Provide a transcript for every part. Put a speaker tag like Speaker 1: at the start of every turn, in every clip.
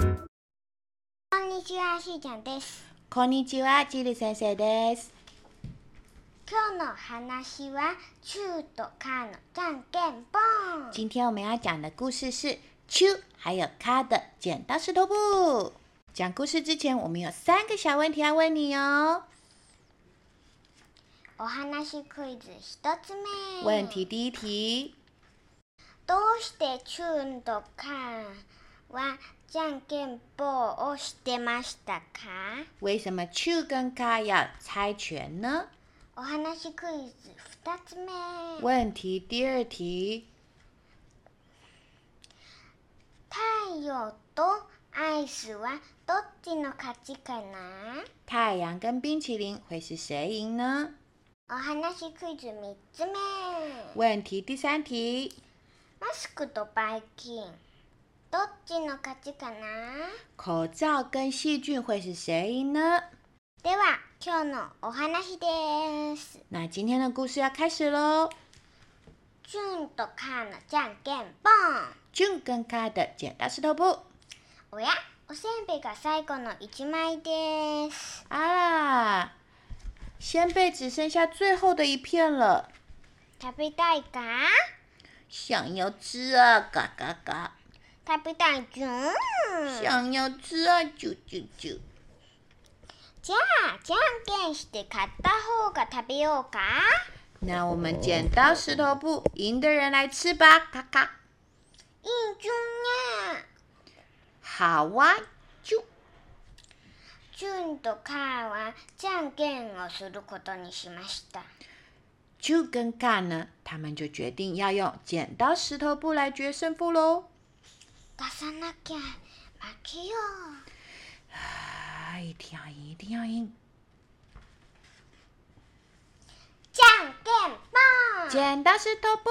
Speaker 1: こんにちは、しーちゃんです。
Speaker 2: こんにちは、ジル先生です。
Speaker 1: 今日の話は中とカのじゃんけんぽん。
Speaker 2: 今天我们要讲的故事是秋还有咖的剪刀石头布。讲故事之前，我们有三个小问题要问你哦。
Speaker 1: お話クイズ一つ目。
Speaker 2: 问题第一题，
Speaker 1: どうしてチューンとカンはじゃんけんぽんをしてましたか
Speaker 2: 为什么秋跟咖要猜拳呢？
Speaker 1: お話クイズ二つ目。
Speaker 2: 问题第二题，
Speaker 1: 太陽とアイスはどっちの勝ちかな
Speaker 2: 太阳跟冰淇淋会是谁赢呢？
Speaker 1: お話クイズ三つ目。
Speaker 2: 问题第三题，
Speaker 1: マスクとバイキン、どっちの勝ちかな
Speaker 2: 口罩跟细菌会是谁赢呢？
Speaker 1: では、今日のお話です。
Speaker 2: 那今天的故事要开始喽。
Speaker 1: チュンとカーのじゃんけんぽん。
Speaker 2: 俊跟咖的剪刀石头布。
Speaker 1: おや、おせんべいが最後の一枚です。
Speaker 2: 啊！鲜贝只剩下最后的一片了，
Speaker 1: 食べたいか
Speaker 2: 想要吃啊！嘎嘎嘎，
Speaker 1: 食べたいじゅん。
Speaker 2: 想要吃啊！啾啾啾！
Speaker 1: じゃあ、じゃんけんして買った方が食べようか
Speaker 2: 那我们剪刀石头布，赢的人来吃吧！咔咔，
Speaker 1: いいじゅんね。
Speaker 2: 好哇、啊！啾！
Speaker 1: チュンとカーはじゃんけんをすることにしました。
Speaker 2: 啾跟嘎呢，他们就决定要用剪刀石头布来决胜负喽。
Speaker 1: 出さなきゃ負けよう。
Speaker 2: 啊，一定要赢，一定要赢！
Speaker 1: じゃんけんぽんチュ
Speaker 2: 剪刀石头布，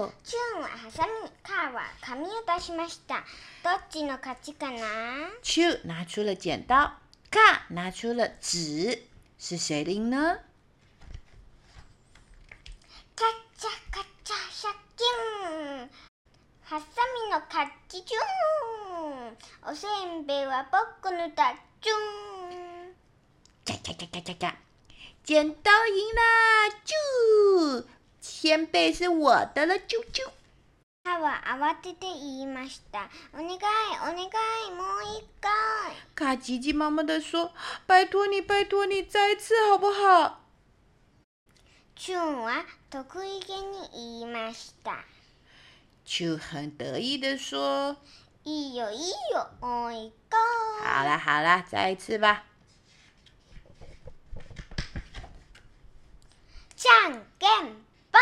Speaker 1: ンはハサミ、カーは紙を出しました。どっちの勝ちかな
Speaker 2: 啾拿出了剪刀，嘎拿出了纸，是谁赢呢？
Speaker 1: カチャカチャシャキンハサミの勝ちチュンおせんべいは僕のだチュン
Speaker 2: 嘎嘎嘎嘎嘎嘎，剪刀赢了，啾！先贝是我的了，啾啾！
Speaker 1: カーは慌てて言いました。お願い、お願い、もう一回。
Speaker 2: 卡急急忙忙的说：“拜托你，拜托你，再一次好不好
Speaker 1: チュンは得意げに言いました。？”
Speaker 2: 啾很得意的说
Speaker 1: いいよ、いいよ、もう一回。：“
Speaker 2: 好啦好啦，再一次吧。
Speaker 1: じゃんけんぽ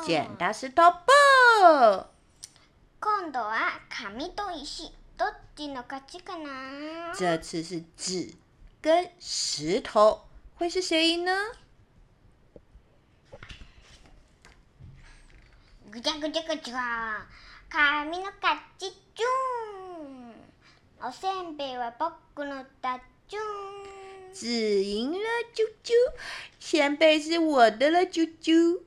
Speaker 1: ん
Speaker 2: 剪刀石头布，
Speaker 1: 今度は紙と石どっちの勝ちかな
Speaker 2: 这次是纸跟石头，会是谁赢呢？
Speaker 1: ぐちゃぐちゃぐちゃ紙の勝ちじゅんおせんべいは僕のだじゅん
Speaker 2: 纸赢了，啾啾！先贝是我的了，啾啾！
Speaker 1: お願い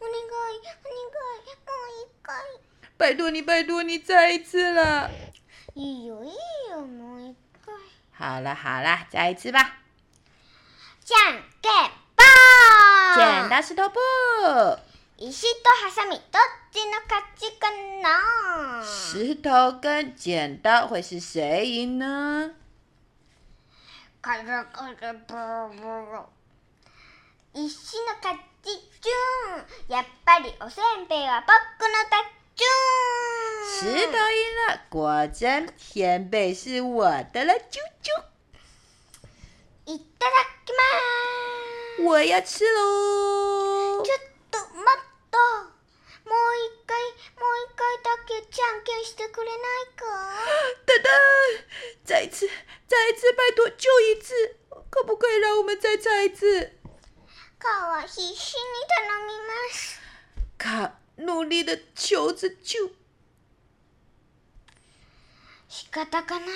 Speaker 1: お願いもう一回
Speaker 2: 拜托你，拜托你，再一次了。”
Speaker 1: いいよいいよもう一回
Speaker 2: 好了好了，再一次吧。
Speaker 1: じゃんけんぽ
Speaker 2: 剪
Speaker 1: ん
Speaker 2: 刀石头布，
Speaker 1: 石とハサミどっちの勝ちか
Speaker 2: 嗯
Speaker 1: な
Speaker 2: 石头跟剪刀会是谁赢呢？
Speaker 1: カラカラブロブロ石の勝ちじゅんやっぱりおせんべいは僕のだじ
Speaker 2: 石
Speaker 1: ゅ
Speaker 2: 头
Speaker 1: ん
Speaker 2: 赢了，果真先贝是我的了，啾啾！
Speaker 1: いただきま
Speaker 2: 我要吃喽
Speaker 1: すち！ょっと待ったもう一回もう一回だけじけしてくれないか
Speaker 2: 大大，再一次，再一次，拜托，就一次，可不可以让我们再猜一次？
Speaker 1: かは必死に頼みます
Speaker 2: 卡努力的求着就。
Speaker 1: 仕方がない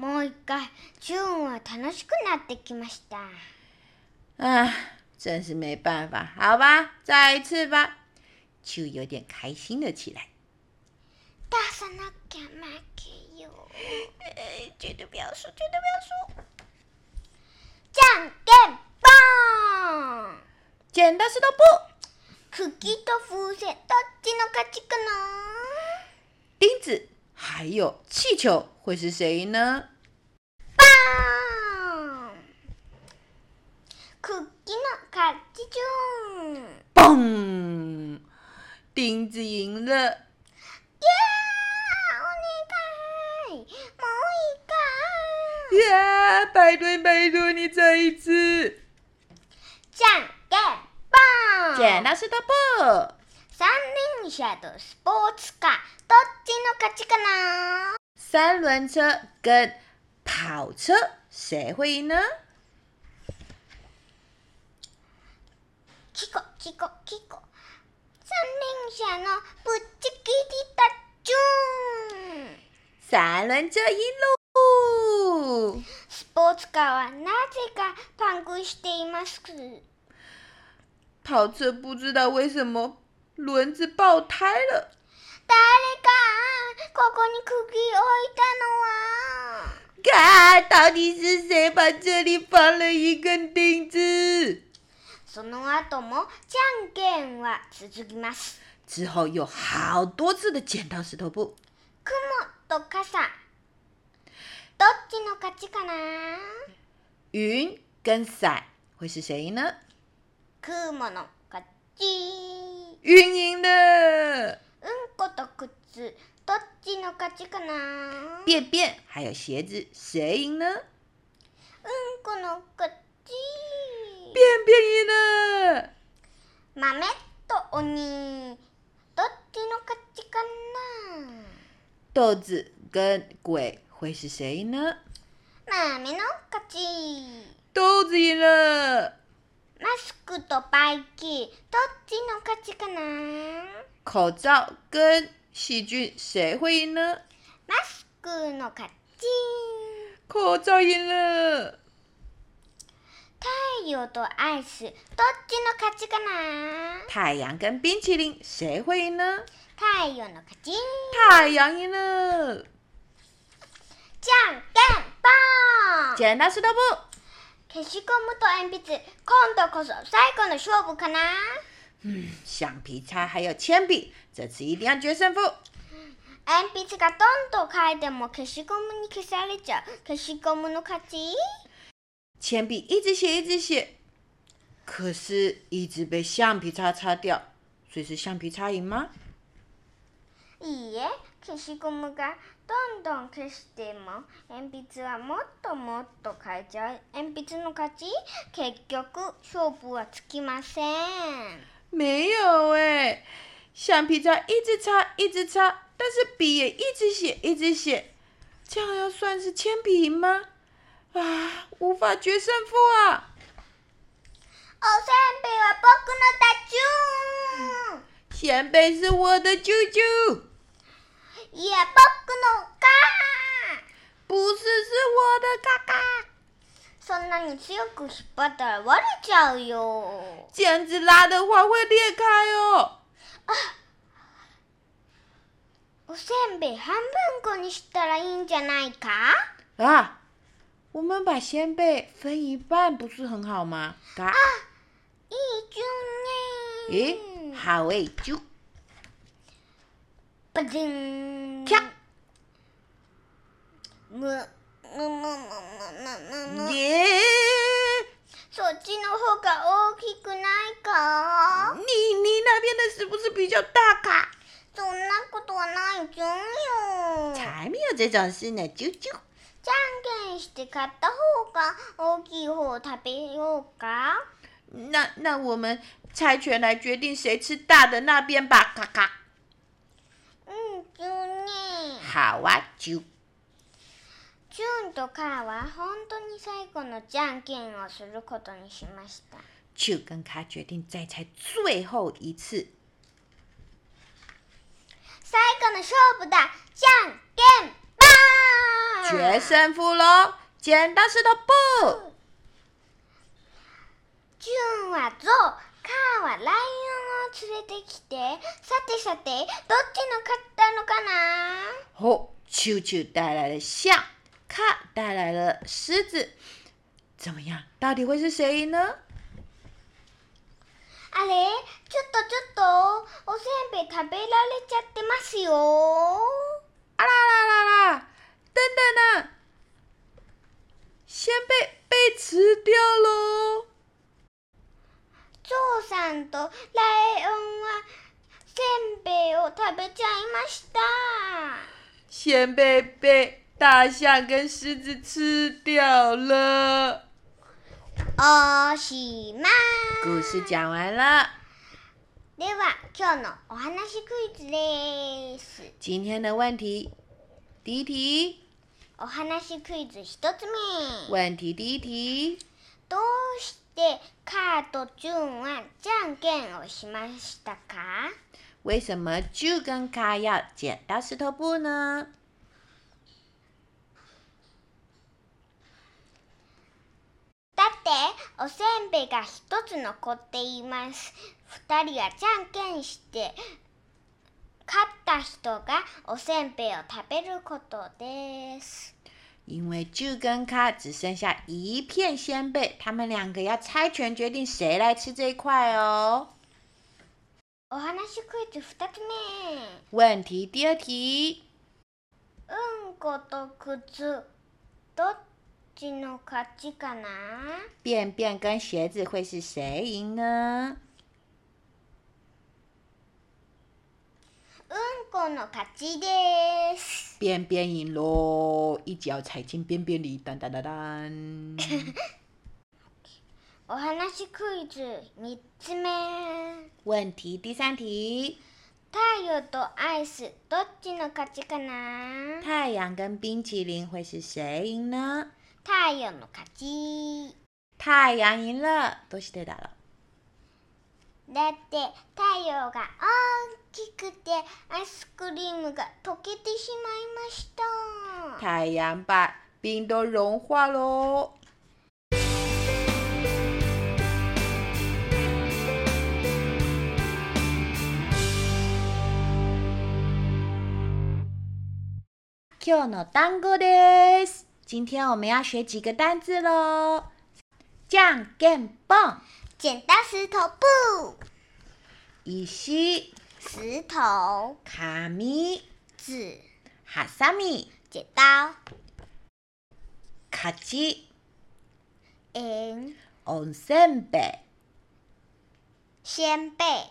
Speaker 1: なもう一回チューンは楽しくなってきました
Speaker 2: 啊，真是没办法，好吧，再一次吧。就有点开心了起来。
Speaker 1: 出さなきゃ負けよ
Speaker 2: 绝哎对不要输，绝对不要输！
Speaker 1: じゃんけんぽん
Speaker 2: 剪刀石头布，
Speaker 1: 茎と風船どっちの勝ちか
Speaker 2: 钉子还有气球会是谁赢呢？
Speaker 1: なバーン茎の勝ちじゃんイエー
Speaker 2: 嘣！钉子赢了。
Speaker 1: お願いもう一回
Speaker 2: 呀、拜托拜托你再一次！
Speaker 1: じゃんけんぽん
Speaker 2: 剪刀石头布，
Speaker 1: 三輪車とスポーツカーどっちの勝ちかな
Speaker 2: 三轮车跟跑车谁会赢呢？
Speaker 1: キコキコキコ三輪車のぶっちぎりだじゅん
Speaker 2: 三轮车赢喽！
Speaker 1: スポーツカーはなぜかパンクしています
Speaker 2: 跑车不知道为什么轮子爆胎了。
Speaker 1: 誰かここに釘置いたの
Speaker 2: 看，
Speaker 1: は
Speaker 2: 到底是谁把这里放了一根钉子？
Speaker 1: その後もじゃんけんは続きます
Speaker 2: 之后有好多次的剪刀石头布，
Speaker 1: 雲と傘どっちの勝ちかな
Speaker 2: 云跟伞会是谁赢呢？
Speaker 1: 雲の勝ち
Speaker 2: 云赢了。
Speaker 1: うんこと靴どっちの勝ちかなうん
Speaker 2: 便便还有鞋子谁赢呢？
Speaker 1: この勝ち
Speaker 2: 便便赢了。
Speaker 1: 豆と鬼どっちの勝ちかな
Speaker 2: 豆子跟鬼会是谁赢呢？
Speaker 1: 豆の勝ち
Speaker 2: 豆子赢了。
Speaker 1: マスクとバイキーどっちの勝ちかな
Speaker 2: 口罩跟细菌谁会赢呢？
Speaker 1: マスクの勝ち
Speaker 2: 口罩赢了。
Speaker 1: 太陽とアイスどっちの勝ちかな
Speaker 2: 太阳跟冰淇淋谁会赢呢？
Speaker 1: 太陽の勝ちじ
Speaker 2: 太阳赢了。
Speaker 1: ゃんけんぽん
Speaker 2: 剪刀石头布。
Speaker 1: 消しゴムと鉛筆今度こそ最後の勝負かな
Speaker 2: 嗯，橡皮擦还有铅笔，这次一定要决胜负。
Speaker 1: 鉛筆がどんどん書いても消しゴムに消されちゃう消しゴムの勝ち
Speaker 2: 铅笔一直写，一直写，可是一直被橡皮擦擦掉，所以是橡皮擦赢吗？
Speaker 1: いいえ消しゴムがどんどん消しても鉛筆はもっともっと書いちゃう鉛筆の勝ち結局勝負はつきません
Speaker 2: 没有哎，橡皮擦一直擦，一直擦，但是笔也一直写，一直写，这样要算是铅笔赢吗？啊，无法决胜负啊！
Speaker 1: おせんべいは僕のだ
Speaker 2: 前辈是我的舅舅，
Speaker 1: ちゅんいや僕のか
Speaker 2: 不是是我的嘎嘎，
Speaker 1: そんなに強く引っ張ったら割れちゃうよ
Speaker 2: 这样子拉的话会裂开哦。
Speaker 1: おせんべい半分こにしたらいいんじゃないか
Speaker 2: 啊，我们把鲜贝分一半不是很好吗？嘎，
Speaker 1: いいじ
Speaker 2: 咦
Speaker 1: ゅんね、
Speaker 2: 好诶，啾，
Speaker 1: バズン
Speaker 2: キャ
Speaker 1: むむむむむむむむ
Speaker 2: 耶，
Speaker 1: そっちの方が大きくないか
Speaker 2: 你你那边的是不是比较大嘎？
Speaker 1: そんなことはないじゃんよじゃん
Speaker 2: 才没有这种事呢，啾啾。
Speaker 1: けんして買った方が大きい方を食べようか
Speaker 2: 那那我们猜拳来决定谁吃大的那边吧，嘎嘎。
Speaker 1: うんじゃん
Speaker 2: カは10。
Speaker 1: チューンとカーは本当に最後のじゃんけんをすることにしました。
Speaker 2: 就跟卡决定再猜最后一次。
Speaker 1: 最後の勝負だじゃんけんぽん
Speaker 2: 决胜负喽！剪刀石头布。
Speaker 1: ジュンはゾウ、カーはライオンを連れてきて、さてさて、どっちの勝ったのかな
Speaker 2: 哦，啾啾带来了象，卡带来了狮子，怎么样？到底会是谁赢呢？
Speaker 1: あれちょっとちょっと、おせんべい食べられちゃってますよ。
Speaker 2: 啊啦啦啦啦！等等啊，先被被吃掉喽！
Speaker 1: ゾウさんとライオンはせんべいを食べちゃいました。
Speaker 2: 先被被大象跟狮子吃掉了。
Speaker 1: おしまい。
Speaker 2: 故事讲完了，
Speaker 1: では、今日のお話クイズです。
Speaker 2: 今天的问题，第一题，
Speaker 1: お話クイズ一つ目。
Speaker 2: 问题第一题，
Speaker 1: どうしてカーとジュンはじゃんけんをしましたか
Speaker 2: 为什么就跟卡要剪刀石头布呢？
Speaker 1: だっておせんべいが一つ残っています二人はじゃんけんして勝った人がおせんべいを食べることです
Speaker 2: 因为就跟卡只剩下一片鲜贝，他们两个要猜拳决定谁来吃这一块哦。
Speaker 1: お話クイズ二つ目
Speaker 2: 问题第二题，
Speaker 1: うんこと靴どっちの勝ちかな
Speaker 2: 便便跟鞋子会是谁赢呢？
Speaker 1: うんこの勝ちです
Speaker 2: 便便赢喽，一脚踩进便便里，当当当当。
Speaker 1: お話クイズ3つ目
Speaker 2: 问题第三题，
Speaker 1: 太陽とアイスどっちの勝ちかな
Speaker 2: 太阳跟冰淇淋会是谁赢呢？
Speaker 1: 太陽の勝ち
Speaker 2: 太阳赢了，都是对的了。
Speaker 1: だって太陽が大きくてアイスクリームが溶けてしまいました
Speaker 2: 太阳把冰都融化喽。今日の単語です。今天我们要学几个单字喽。じゃんけんぽん、
Speaker 1: 剪刀石頭布
Speaker 2: 石、
Speaker 1: 石頭
Speaker 2: 紙、
Speaker 1: 子
Speaker 2: ハサミ、
Speaker 1: 剪刀
Speaker 2: カチ、
Speaker 1: 塩
Speaker 2: おせんべい、
Speaker 1: 仙贝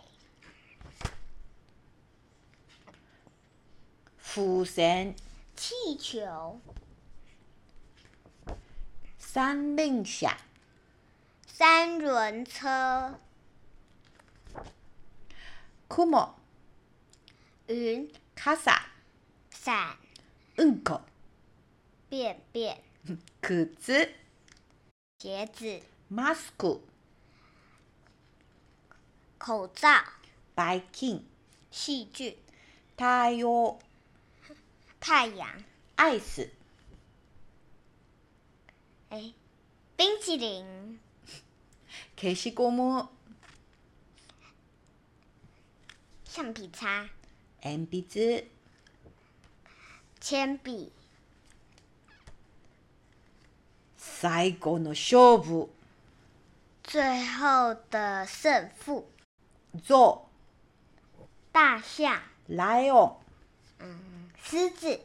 Speaker 2: 風船、
Speaker 1: 气球
Speaker 2: 三輪車。
Speaker 1: 三轮车
Speaker 2: 雲、
Speaker 1: 云
Speaker 2: 傘、
Speaker 1: 伞
Speaker 2: うんこ、
Speaker 1: 便便
Speaker 2: 靴、
Speaker 1: 鞋子、
Speaker 2: マスク、
Speaker 1: 口罩、
Speaker 2: ばい菌、
Speaker 1: 细菌、
Speaker 2: 太陽、
Speaker 1: 太阳，
Speaker 2: アイス、
Speaker 1: 哎，冰淇淋、
Speaker 2: 消しゴム、
Speaker 1: 橡皮擦、
Speaker 2: 鉛筆、
Speaker 1: 铅笔、
Speaker 2: 最後の勝負、
Speaker 1: 最后的胜负、
Speaker 2: ゾ
Speaker 1: 大象、
Speaker 2: ウ、ライオン。
Speaker 1: 狮子。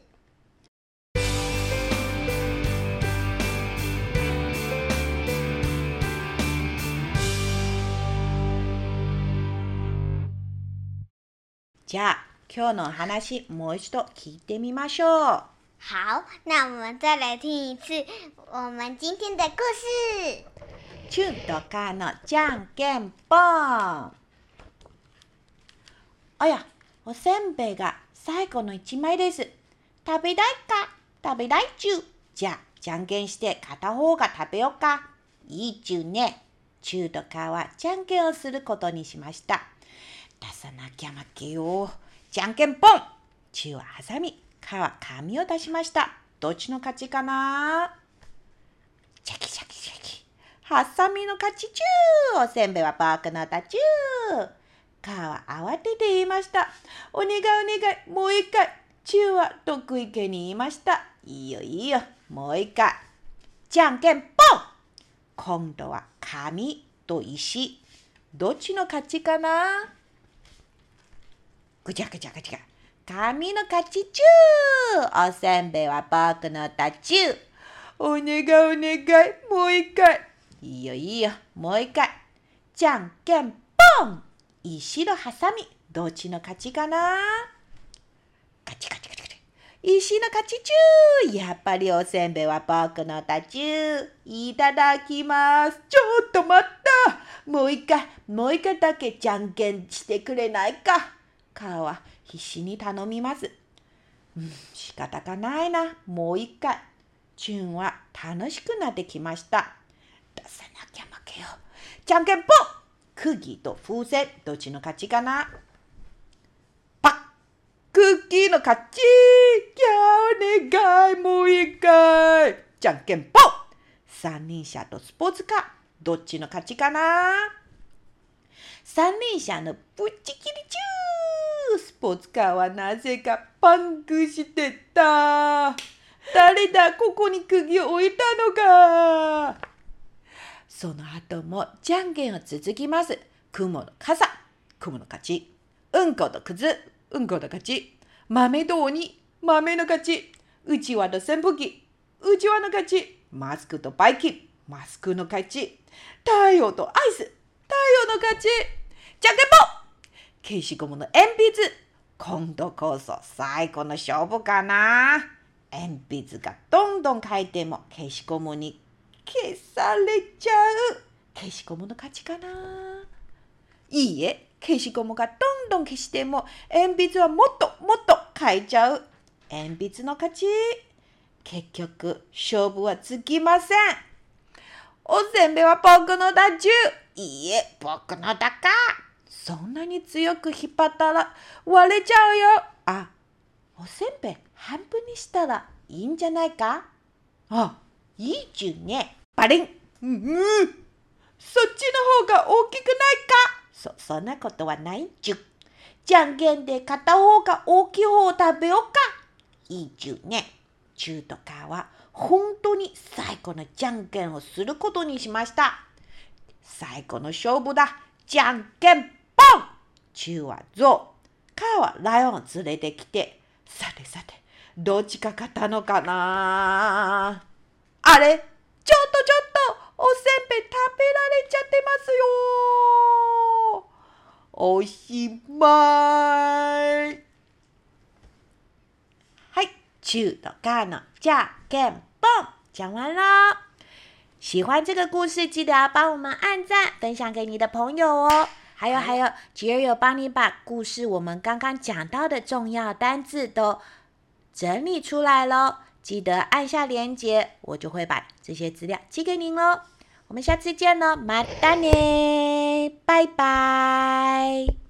Speaker 2: じゃあ、今日のお話、もう一度聞いてみましょう。
Speaker 1: 好，那我们再来听一次我们今天的故事。
Speaker 2: チュンとカーのじゃんけんぽん。あや、おせんべいが最後の一枚です。食べたいか食べたいちゅう。じゃあ、じゃんけんして片方が食べようか。いいちゅうね。ちゅうとかはじゃんけんをすることにしました。出さなきゃ負けよ。じゃんけんぽんちゅうはハサミ、かは紙を出しました。どっちの勝ちかなシャキシャキシャキ。ハサミの勝ちちゅーおせんべいは僕のだちゅーカは慌てて言いました。お願いお願い、もう一回。ちゅーは得意げに言いました。いいよいいよ、もう一回。じゃんけんぽん今度は紙と石。どっちの勝ちかなぐちゃぐちゃぐちゃ。紙の勝ちちゅーおせんべいは僕のだちゅーお願いお願い、もう一回。いいよいいよ、もう一回。じゃんけんぽん石のハサミ、どっちの勝ちかなカチカチカチカチ。石の勝ちちゅーやっぱりおせんべいは僕のだちゅーいただきます。ちょっと待ったもう一回、もう一回だけじゃんけんしてくれないか。カは必死に頼みます。うん、仕方がないな。もう一回。チュンは楽しくなってきました。出さなきゃ負けよ。じゃんけんぽん釘と風船、どっちの勝ちかなパックッキーの勝ちいやお願いもう一回じゃんけんぽん三輪車とスポーツカー、どっちの勝ちかな三輪車のぶっちぎり中スポーツカーはなぜかパンクしてた誰だここに釘を置いたのかその後もじゃんけんは続きます雲の傘雲の勝ちうんことくずうんこの勝ち豆と鬼豆の勝ちうちわと扇風機うちわの勝ちマスクとバイキマスクの勝ち太陽とアイス太陽の勝ちじゃんけんぽん消しゴムの鉛筆今度こそ最後の勝負かな鉛筆がどんどん書いても消しゴムに消されちゃう消しゴムの勝ちかないいえ消しゴムがどんどん消しても鉛筆はもっともっと書いちゃう鉛筆の勝ち結局勝負はつきませんおせんべいは僕のだじゅういいえ僕のだかそんなに強く引っ張ったら割れちゃうよあおせんべい半分にしたらいいんじゃないかあいいじゅねバリンうんうんそっちの方が大きくないかそそんなことはないじゅじゃんけんで片方が大きい方を食べようかいいじゅね中とかは本当に最後のじゃんけんをすることにしました最後の勝負だじゃんけんぽん中はゾウカはライオンを連れてきてさてさてどっちが勝ったのかなあれちょっとちょっとおせんべい食べられちゃってますよおしまいはい、中とかのじゃけんぽん讲完喽。喜欢这个故事，记得要帮我们按赞、分享给你的朋友哦。还有还有，杰儿有帮你把故事我们刚刚讲到的重要单字都整理出来喽，记得按下连接，我就会把这些资料寄给您哦喽。我们下次见喽，马达呢，拜拜。